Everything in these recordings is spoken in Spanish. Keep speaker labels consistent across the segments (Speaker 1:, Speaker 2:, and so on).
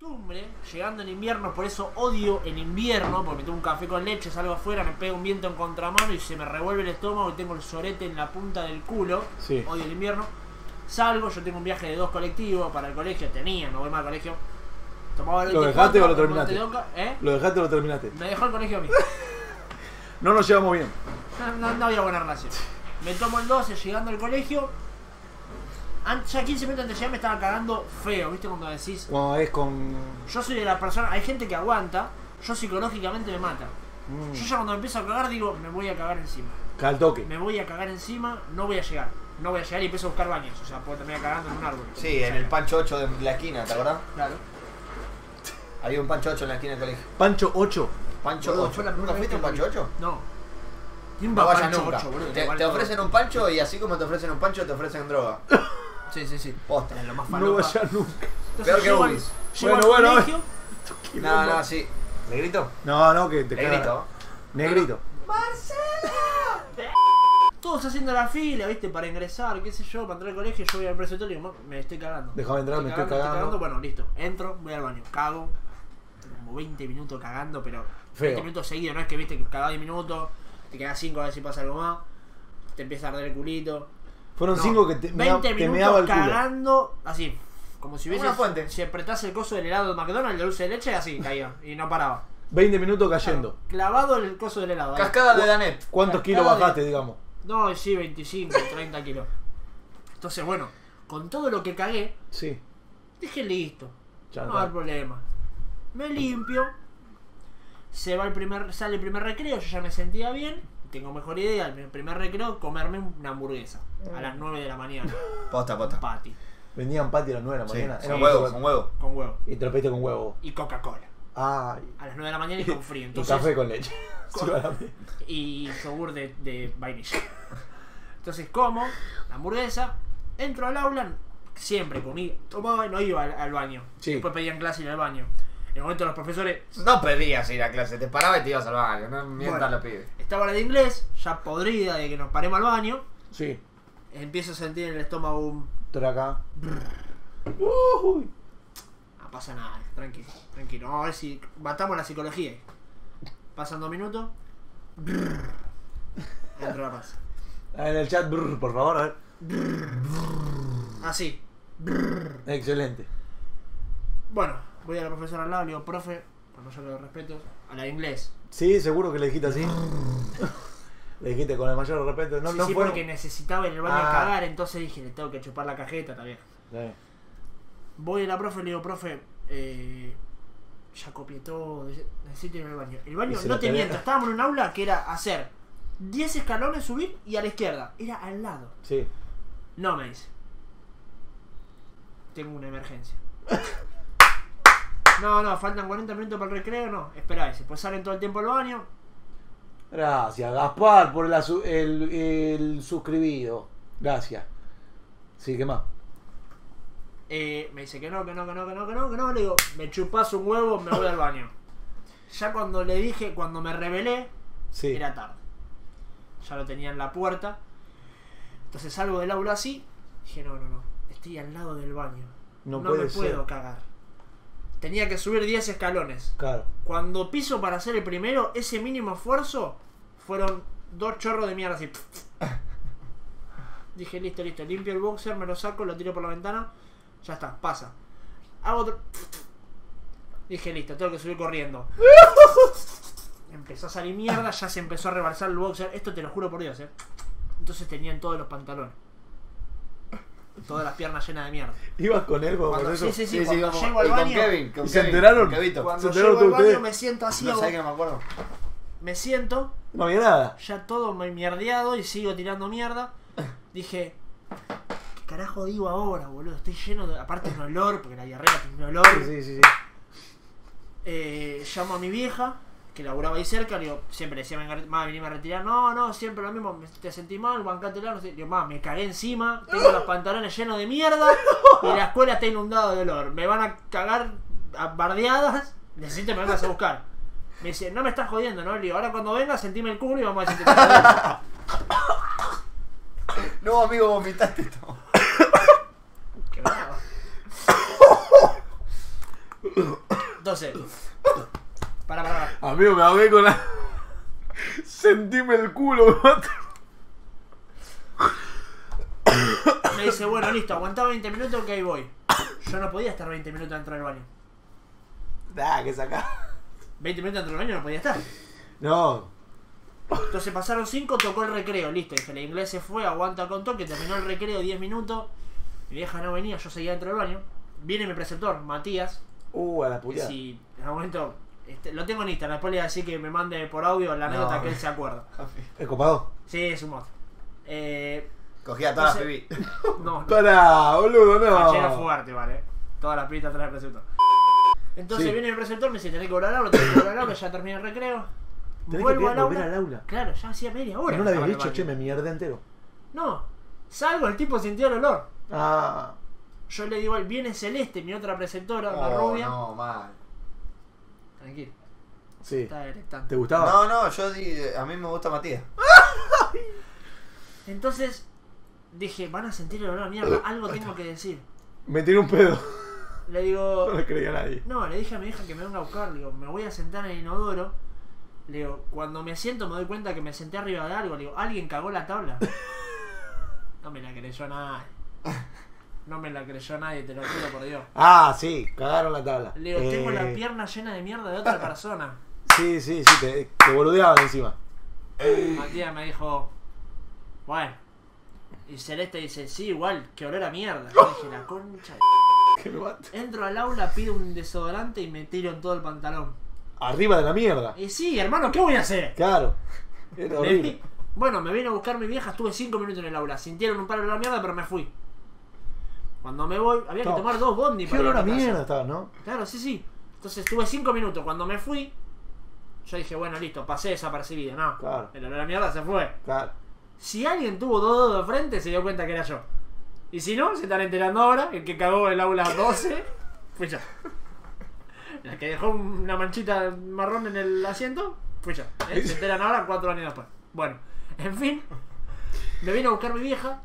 Speaker 1: diciembre, llegando en invierno, por eso odio el invierno, porque me tomo un café con leche, salgo afuera, me pega un viento en contramano y se me revuelve el estómago y tengo el sorete en la punta del culo.
Speaker 2: Sí.
Speaker 1: Odio el invierno. Salgo, yo tengo un viaje de dos colectivos para el colegio, tenía, no voy más al colegio. Tomaba el
Speaker 2: ¿Lo
Speaker 1: 24,
Speaker 2: dejaste o lo
Speaker 1: tomaba el
Speaker 2: terminaste?
Speaker 1: 22, ¿Eh?
Speaker 2: ¿Lo dejaste o lo terminaste?
Speaker 1: Me dejó el colegio a mí.
Speaker 2: No nos llevamos bien.
Speaker 1: No, no- no había buena relación. Me tomo el 12 llegando al colegio. An- Ya 15 minutos antes de llegar me estaba cagando feo, ¿viste? Cuando decís,
Speaker 2: Cuando es con.
Speaker 1: yo soy de la persona, hay gente que aguanta, yo psicológicamente me mata.
Speaker 2: Mm,
Speaker 1: Yo ya cuando empiezo a cagar digo, me voy a cagar encima.
Speaker 2: al toque.
Speaker 1: Me voy a cagar encima, no voy a llegar. No voy a llegar y empiezo a buscar baños. O sea, puedo terminar cagando en un árbol.
Speaker 3: Sí, en el Pancho 8 de la esquina, ¿te acordás?
Speaker 1: Claro.
Speaker 3: Había un Pancho 8 en la esquina del colegio.
Speaker 2: Pancho 8.
Speaker 3: Pancho
Speaker 1: Boludo,
Speaker 3: 8.
Speaker 1: fue la primera
Speaker 3: ¿Nunca
Speaker 1: vez
Speaker 3: fuiste a
Speaker 1: que
Speaker 3: un
Speaker 1: lo
Speaker 3: Pancho
Speaker 1: vi.
Speaker 3: 8?
Speaker 1: No. Y un
Speaker 3: No vayas
Speaker 1: Pancho
Speaker 3: nunca.
Speaker 1: ocho, boludo,
Speaker 3: te,
Speaker 1: igual
Speaker 3: te
Speaker 1: todo.
Speaker 3: ofrecen un pancho y así como te ofrecen un pancho, te ofrecen droga.
Speaker 1: Sí, sí, sí.
Speaker 3: Posta.
Speaker 1: Es lo más
Speaker 2: No
Speaker 1: falopa.
Speaker 2: vaya nunca.
Speaker 1: Entonces
Speaker 3: Peor que
Speaker 1: llego al-
Speaker 3: Ubis.
Speaker 1: llego
Speaker 2: Bueno,
Speaker 1: al
Speaker 2: bueno,
Speaker 1: colegio,
Speaker 3: No, no, sí. ¿Le grito?
Speaker 2: No, no, que te
Speaker 3: Le
Speaker 2: caga.
Speaker 3: grito.
Speaker 2: Negrito.
Speaker 1: todos haciendo la fila, ¿viste? Para ingresar, qué sé yo, para entrar al colegio, yo voy al preceptorio y digo, "Ma, me estoy cagando.
Speaker 2: Déjame entrar, me estoy cagando.
Speaker 1: Bueno, listo. Entro, voy al baño, cago. Como 20 minutos cagando, pero
Speaker 2: Feo.
Speaker 1: 20 minutos seguidos, no es que viste que cada 10 minutos, te quedas 5 a ver si pasa algo más, te empieza a arder el culito.
Speaker 2: Fueron
Speaker 1: No,
Speaker 2: cinco que te, me,
Speaker 1: 20
Speaker 2: te meaba
Speaker 1: minutos
Speaker 2: el culo.
Speaker 1: cagando, así, como si
Speaker 3: Como
Speaker 1: hubiese
Speaker 3: una fuente.
Speaker 1: Si apretás el coso del helado de McDonald's, de dulce de leche, así caía y no paraba.
Speaker 2: 20 minutos cayendo.
Speaker 1: Clavado el coso del helado. ahí.
Speaker 3: Cascada de Danet.
Speaker 2: ¿Cuántos
Speaker 1: Cascada
Speaker 2: kilos
Speaker 1: de-
Speaker 2: bajaste, digamos?
Speaker 1: No, y sí, 25, 30 kilos. Entonces, bueno, con todo lo que cagué,
Speaker 2: Sí.
Speaker 1: dije listo.
Speaker 2: Ya
Speaker 1: no hay
Speaker 2: está.
Speaker 1: problema. Me limpio. Se va el primer, sale el primer recreo, yo ya me sentía bien. Tengo mejor idea, el primer recreo, comerme una hamburguesa a las 9 de la mañana.
Speaker 3: Posta,
Speaker 1: Un
Speaker 3: posta.
Speaker 1: patty,
Speaker 2: Vendían pati a las 9 de la
Speaker 3: Sí,
Speaker 2: mañana. Era
Speaker 3: con
Speaker 2: un
Speaker 3: huevo,
Speaker 2: poco-
Speaker 3: con huevo.
Speaker 1: con huevo
Speaker 2: Y te lo pediste con huevo.
Speaker 1: y Coca-Cola.
Speaker 2: Ay.
Speaker 1: A las 9 de la mañana y con frío.
Speaker 2: Y
Speaker 1: Entonces,
Speaker 2: café con leche.
Speaker 1: Con-
Speaker 2: Seguramente.
Speaker 1: y yogur de, de vainilla. Entonces como la hamburguesa, entro al aula, siempre comí, tomaba y no iba al, al baño.
Speaker 2: Sí.
Speaker 1: Después pedían clase y iba al baño. En el momento los profesores,
Speaker 3: No pedías ir a clase, te parabas y te ibas al baño. No mientas
Speaker 1: Bueno.
Speaker 3: los pibes.
Speaker 1: estaba la de inglés, ya podrida de que nos paremos al baño,
Speaker 2: Sí.
Speaker 1: empiezo a sentir en el estómago un...
Speaker 2: Traca. Uy.
Speaker 1: No "Ah, pasa nada, tranquilo, tranquilo. Vamos a ver si matamos la psicología. Pasan dos minutos. Entro la paz.
Speaker 2: En el chat, brr, por favor, a ver.
Speaker 1: Así.
Speaker 2: Excelente.
Speaker 1: Bueno, voy a la profesora al lado, le digo, profe, con mayor de los respetos, a la de inglés.
Speaker 2: Sí, seguro que le dijiste así. le dijiste con el mayor respeto. No,
Speaker 1: sí,
Speaker 2: no
Speaker 1: sí,
Speaker 2: fue.
Speaker 1: porque necesitaba ir al baño
Speaker 2: Ah.
Speaker 1: a cagar, entonces dije, le tengo que chupar la cajeta también.
Speaker 2: Sí.
Speaker 1: Voy a la profe y le digo, profe, eh, ya copié todo, necesito ir al baño. El baño,
Speaker 2: Hice
Speaker 1: no
Speaker 2: la
Speaker 1: te
Speaker 2: tarea.
Speaker 1: miento, estábamos en un aula que era hacer 10 escalones, subir y a la izquierda. Era al lado.
Speaker 2: Sí.
Speaker 1: No me dice. Tengo una emergencia. No, no, faltan 40 minutos para el recreo, no. Esperá, dice, pues salen todo el tiempo al baño.
Speaker 2: Gracias, Gaspar, por la su- el, el suscribido. Gracias. Sí, ¿qué más?
Speaker 1: Eh, me dice que no, que no, que no, que no, que no, que no. Le digo, me chupas un huevo, me voy al baño. Ya cuando le dije, cuando me rebelé,
Speaker 2: Sí.
Speaker 1: era tarde. Ya lo tenía en la puerta. Entonces salgo del aula así. Dije, no, no, no. Estoy al lado del baño.
Speaker 2: No
Speaker 1: me
Speaker 2: puede ser.
Speaker 1: puedo cagar. Tenía que subir 10 escalones.
Speaker 2: Claro.
Speaker 1: Cuando piso para hacer el primero, ese mínimo esfuerzo fueron dos chorros de mierda así. Dije, listo, listo, limpio el boxer, me lo saco, lo tiro por la ventana, ya está, pasa. Hago otro. Dije, listo, tengo que subir corriendo. Empezó a salir mierda, ya se empezó a rebalsar el boxer. Esto te lo juro por Dios, eh. Entonces tenían todos los pantalones. Todas las piernas llenas de mierda.
Speaker 2: ¿Ibas con él cuando
Speaker 1: Cuando-
Speaker 2: pasó eso?
Speaker 1: sí, sí, sí, cuando
Speaker 3: como-
Speaker 1: llego al
Speaker 3: y con
Speaker 1: baño-
Speaker 3: Kevin, con
Speaker 2: ¿Y se
Speaker 3: Kevin,
Speaker 2: enteraron?
Speaker 3: con Kevito.
Speaker 1: Cuando
Speaker 2: Se enteraron
Speaker 1: llego al
Speaker 2: todos
Speaker 1: baño
Speaker 2: ustedes.
Speaker 1: me siento así,
Speaker 3: No
Speaker 1: hago-
Speaker 3: sabés que no me acuerdo.
Speaker 1: me siento,
Speaker 2: No había nada.
Speaker 1: ya todo me mierdeado y sigo tirando mierda. Dije, ¿qué carajo digo ahora, boludo? Estoy lleno de. Aparte, un olor, porque la diarrea tiene un olor.
Speaker 2: Sí, sí, sí. sí.
Speaker 1: Eh, llamo a mi vieja, que laburaba ahí cerca, le digo, siempre le decía, "Venga, mamá, venime a retirar. No, no, siempre lo mismo, me- te sentí mal, bancátela, no sé. Le Digo, mamá, me cagué encima, tengo los pantalones llenos de mierda y la escuela está inundada de olor. Me van a cagar a bardeadas, necesito que me vengas a buscar. Me dice, no me estás jodiendo, ¿no? Le digo, ahora cuando vengas, sentime el culo y vamos a decirte que te jodí".
Speaker 3: No, amigo, vomitaste todo.
Speaker 1: Qué bravo. Entonces. Para, para, para.
Speaker 2: Amigo, me ahogué con la. Sentime el culo, mate.
Speaker 1: Me dice, bueno, listo, aguantá 20 minutos que ahí voy. Yo no podía estar 20 minutos dentro del baño.
Speaker 2: Da, que saca.
Speaker 1: 20 minutos dentro del baño no podía estar.
Speaker 2: No.
Speaker 1: Entonces pasaron 5, tocó el recreo, listo. Dije, la inglés se fue, aguanta con toque, terminó el recreo 10 minutos. Mi vieja no venía, yo seguía dentro del baño. Viene mi preceptor, Matías,
Speaker 2: Uh, a la
Speaker 1: que
Speaker 2: puya.
Speaker 1: si en algún momento... este, lo tengo en Instagram, después le voy a decir que me mande por audio la anécdota
Speaker 3: No.
Speaker 1: que él se acuerda.
Speaker 2: El copado.
Speaker 1: Sí, es un mod. Eh,
Speaker 3: Cogía a todas las
Speaker 1: Entonces-
Speaker 3: pibis.
Speaker 1: no,
Speaker 2: Para, boludo,
Speaker 1: Pachera
Speaker 2: no.
Speaker 1: fuerte, vale. Todas las pilitas atrás del preceptor. Entonces
Speaker 2: Sí.
Speaker 1: viene el preceptor, me dice, tenés que volver al aula, tenés que volver al aula, ya terminé el recreo.
Speaker 2: Tenés que
Speaker 1: Vuelvo
Speaker 2: volver
Speaker 1: al aula.
Speaker 2: al aula.
Speaker 1: Claro, ya hacía media hora.
Speaker 2: No lo habías
Speaker 1: estaba en el
Speaker 2: dicho,
Speaker 1: baño.
Speaker 2: che, me mierda entero.
Speaker 1: No, salgo, el tipo sintió el olor.
Speaker 2: Ah.
Speaker 1: Yo le digo, viene Celeste, mi otra preceptora, la
Speaker 3: Oh,
Speaker 1: rubia.
Speaker 3: no, mal.
Speaker 1: Tranquilo,
Speaker 2: Sí.
Speaker 1: está directando.
Speaker 2: ¿Te gustaba?
Speaker 3: No, no, yo di- eh, a mí me gusta Matías.
Speaker 1: Entonces dije, van a sentir el olor a mierda, algo tengo que decir.
Speaker 2: Me tiré un pedo.
Speaker 1: Le digo,
Speaker 2: No le creía a nadie.
Speaker 1: no, le dije a mi hija que me venga a buscar, le digo, me voy a sentar en el inodoro. Le digo, cuando me siento me doy cuenta que me senté arriba de algo, le digo, alguien cagó la tabla. No me la creyó nadie. No me la creyó nadie, te lo juro por Dios.
Speaker 2: Ah, sí, cagaron la tabla.
Speaker 1: Le digo, tengo la
Speaker 2: Eh,
Speaker 1: pierna llena de mierda de otra persona.
Speaker 2: Sí, sí, sí, te, te boludeaban encima.
Speaker 1: Matías me dijo, bueno. Y Celeste dice, sí, igual, que olor a mierda. Yo dije, la concha. de-".
Speaker 2: Que me mate.
Speaker 1: Entro al aula, pido un desodorante y me tiro en todo el pantalón.
Speaker 2: Arriba de la mierda.
Speaker 1: Y sí, hermano, ¿qué voy a hacer?
Speaker 2: Claro. Era horrible.
Speaker 1: Bueno, me vino a buscar mi vieja, estuve 5 minutos en el aula. Sintieron un par de olor a mierda, pero me fui. Cuando me voy, había que
Speaker 2: No.
Speaker 1: tomar dos bondi
Speaker 2: Qué
Speaker 1: para ir
Speaker 2: olor a
Speaker 1: mi casa.
Speaker 2: mierda estaba, ¿no?
Speaker 1: Claro, sí, sí. Entonces estuve 5 minutos. Cuando me fui, yo dije, bueno, listo, pasé desapercibido. No,
Speaker 2: Claro.
Speaker 1: el olor a mierda se fue.
Speaker 2: Claro.
Speaker 1: Si alguien tuvo dos dedos de frente, se dio cuenta que era yo. Y si no, se están enterando ahora. El que cagó el aula 12 fui yo. La que dejó una manchita marrón en el asiento, fui yo. ¿eh? Se enteran ahora cuatro años después. Bueno, en fin. Me vino a buscar mi vieja.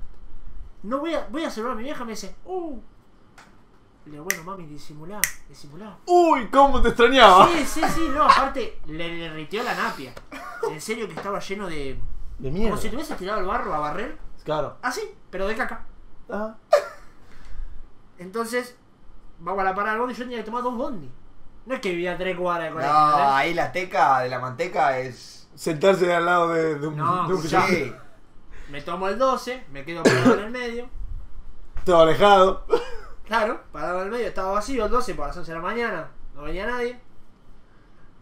Speaker 1: No voy a, voy a saludar a mi vieja. Me dice, uh. Le digo, bueno, mami, disimulá, disimulá.
Speaker 2: Uy, cómo te extrañaba.
Speaker 1: Sí, sí, sí, no, aparte le derritió la napia. En serio que estaba lleno de.
Speaker 2: De
Speaker 1: Como
Speaker 2: mierda.
Speaker 1: si te hubiese tirado el barro a barrer.
Speaker 2: Claro.
Speaker 1: Así, pero de caca.
Speaker 2: Ah,
Speaker 1: Entonces, vamos a la parada del bondi. Yo tenía que tomar dos bondi. No es que vivía a tres cuadras de colegio.
Speaker 3: No,
Speaker 1: ¿eh?
Speaker 3: ahí la teca de la manteca es.
Speaker 2: sentarse al lado de, de un,
Speaker 1: No,
Speaker 2: de un
Speaker 1: Ya.
Speaker 3: Sí.
Speaker 1: Me tomo el 12, me quedo parado en el medio.
Speaker 2: todo alejado.
Speaker 1: Claro, parado en el medio, estaba vacío el 12 por las 11 de la mañana. No venía nadie.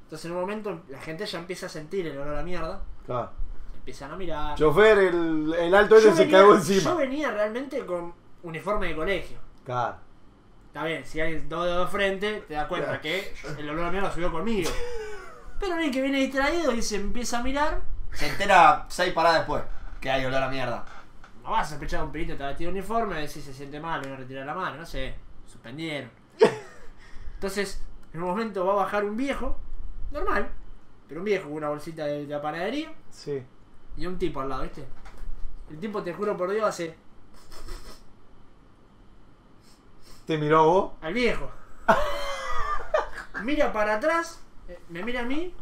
Speaker 1: Entonces, en un momento, la gente ya empieza a sentir el olor a mierda.
Speaker 2: Claro.
Speaker 1: Empiezan a mirar.
Speaker 2: Chofer, el, el alto ese se
Speaker 1: venía-
Speaker 2: cagó
Speaker 1: yo
Speaker 2: encima.
Speaker 1: venía realmente con uniforme de colegio.
Speaker 2: Claro.
Speaker 1: Está bien, si hay dos dedos de frente, te das cuenta
Speaker 2: Claro.
Speaker 1: que el olor a mierda subió conmigo. Pero alguien que viene distraído y se empieza a mirar,
Speaker 3: Se entera seis paradas después. Que hay olor a mierda.
Speaker 1: no vas a sospechar a un pirito, te va a tirar uniforme, a ver si se siente mal, le van a retirar la mano, no sé, suspendieron. Entonces, en un momento va a bajar un viejo, normal, pero un viejo con una bolsita de, de la panadería
Speaker 2: Sí.
Speaker 1: y un tipo al lado, ¿viste? El tipo, te juro por Dios, hace
Speaker 2: ¿Te miró vos?
Speaker 1: al viejo. Mira para atrás, eh, me mira a mí,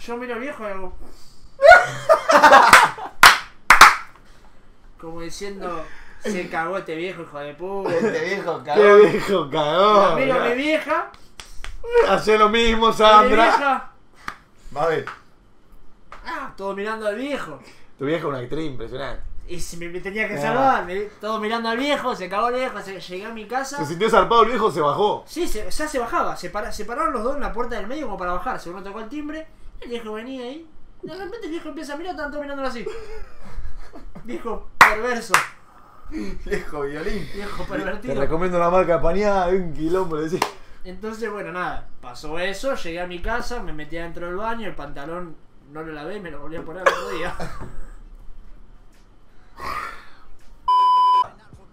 Speaker 1: yo miro al viejo y hago. Como diciendo, se cagó este viejo, hijo de puta.
Speaker 3: Este viejo,
Speaker 2: Qué
Speaker 3: cagón.
Speaker 2: viejo
Speaker 1: La
Speaker 2: cagón.
Speaker 1: miro a mi
Speaker 2: mirá. Ah,
Speaker 1: vieja,
Speaker 2: Hacé lo mismo,
Speaker 1: a mi
Speaker 2: Sandra.
Speaker 1: vieja,
Speaker 3: Mami.
Speaker 1: ah, todo mirando al viejo.
Speaker 2: Tu vieja es una actriz impresionante.
Speaker 1: Y si me, me tenía que
Speaker 2: Ah.
Speaker 1: salvar, me- todo mirando al viejo, se cagó el viejo, se- llegué a mi casa.
Speaker 2: Se sintió zarpado el viejo, se bajó.
Speaker 1: Sí, se, ya se bajaba, se, para- se pararon los dos en la puerta del medio como para bajar, se uno tocó el timbre, el viejo venía ahí, de repente el viejo empieza a mirar, tanto mirándolo así. Viejo perverso,
Speaker 3: Viejo violín.
Speaker 1: viejo
Speaker 2: Te
Speaker 1: pervertido.
Speaker 2: recomiendo una marca de pañada de un quilombo, le decís.
Speaker 1: Entonces, bueno, nada, pasó eso, llegué a mi casa, me metí adentro del baño, el pantalón no lo lavé, me lo volví a poner al otro día.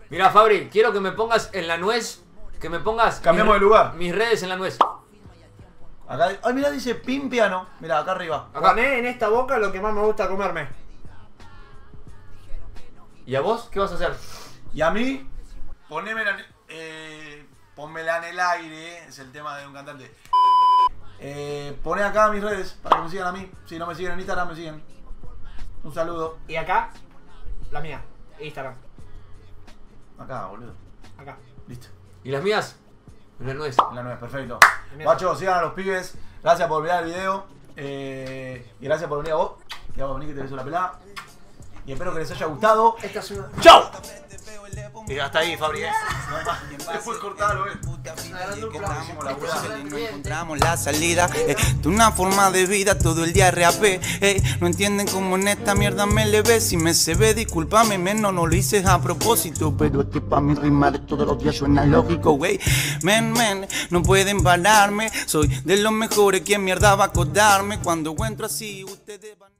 Speaker 4: Mira, Fabri, quiero que me pongas en la nuez. Que me pongas.
Speaker 2: Cambiamos
Speaker 4: mis-
Speaker 2: de lugar.
Speaker 4: Mis redes en la nuez.
Speaker 2: Acá, ay, mira, dice Pimpiano. Mira, acá arriba.
Speaker 4: Acá.
Speaker 1: Poné en esta boca lo que más me gusta comerme.
Speaker 4: ¿Y a vos? ¿Qué vas a hacer?
Speaker 2: Y a mí, poneme la. Eh, Pónmela en el aire, eh, es el tema de un cantante. Eh, poné acá mis redes para que me sigan a mí. Si no me siguen en Instagram, me siguen. Un saludo.
Speaker 1: Y acá, la mía, Instagram.
Speaker 2: Acá, boludo.
Speaker 1: Acá.
Speaker 2: Listo.
Speaker 5: ¿Y las mías? La nuez.
Speaker 2: En la nuez, perfecto.
Speaker 1: Mierda.
Speaker 2: Guacho, sigan a los pibes. Gracias por mirar el video. Eh, y gracias por venir a vos. Que vos venís que te ves una pelada. Y espero que les haya gustado.
Speaker 1: Esta es una.
Speaker 2: ¡Chau! Y hasta ahí, Fabri. ¿eh? Después cortalo, eh.
Speaker 1: Agarrando un plan.
Speaker 2: Hicimos la burada.
Speaker 6: Nosotros no encontramos la salida eh, de una forma de vida todo el día rap eh, no entienden cómo en esta mierda me le ve si me se ve disculpame menos no lo hice a propósito pero es que pa' mí rimar todos los días suena lógico wey men men no pueden pararme soy de los mejores quien mierda va a acordarme cuando encuentro así ustedes van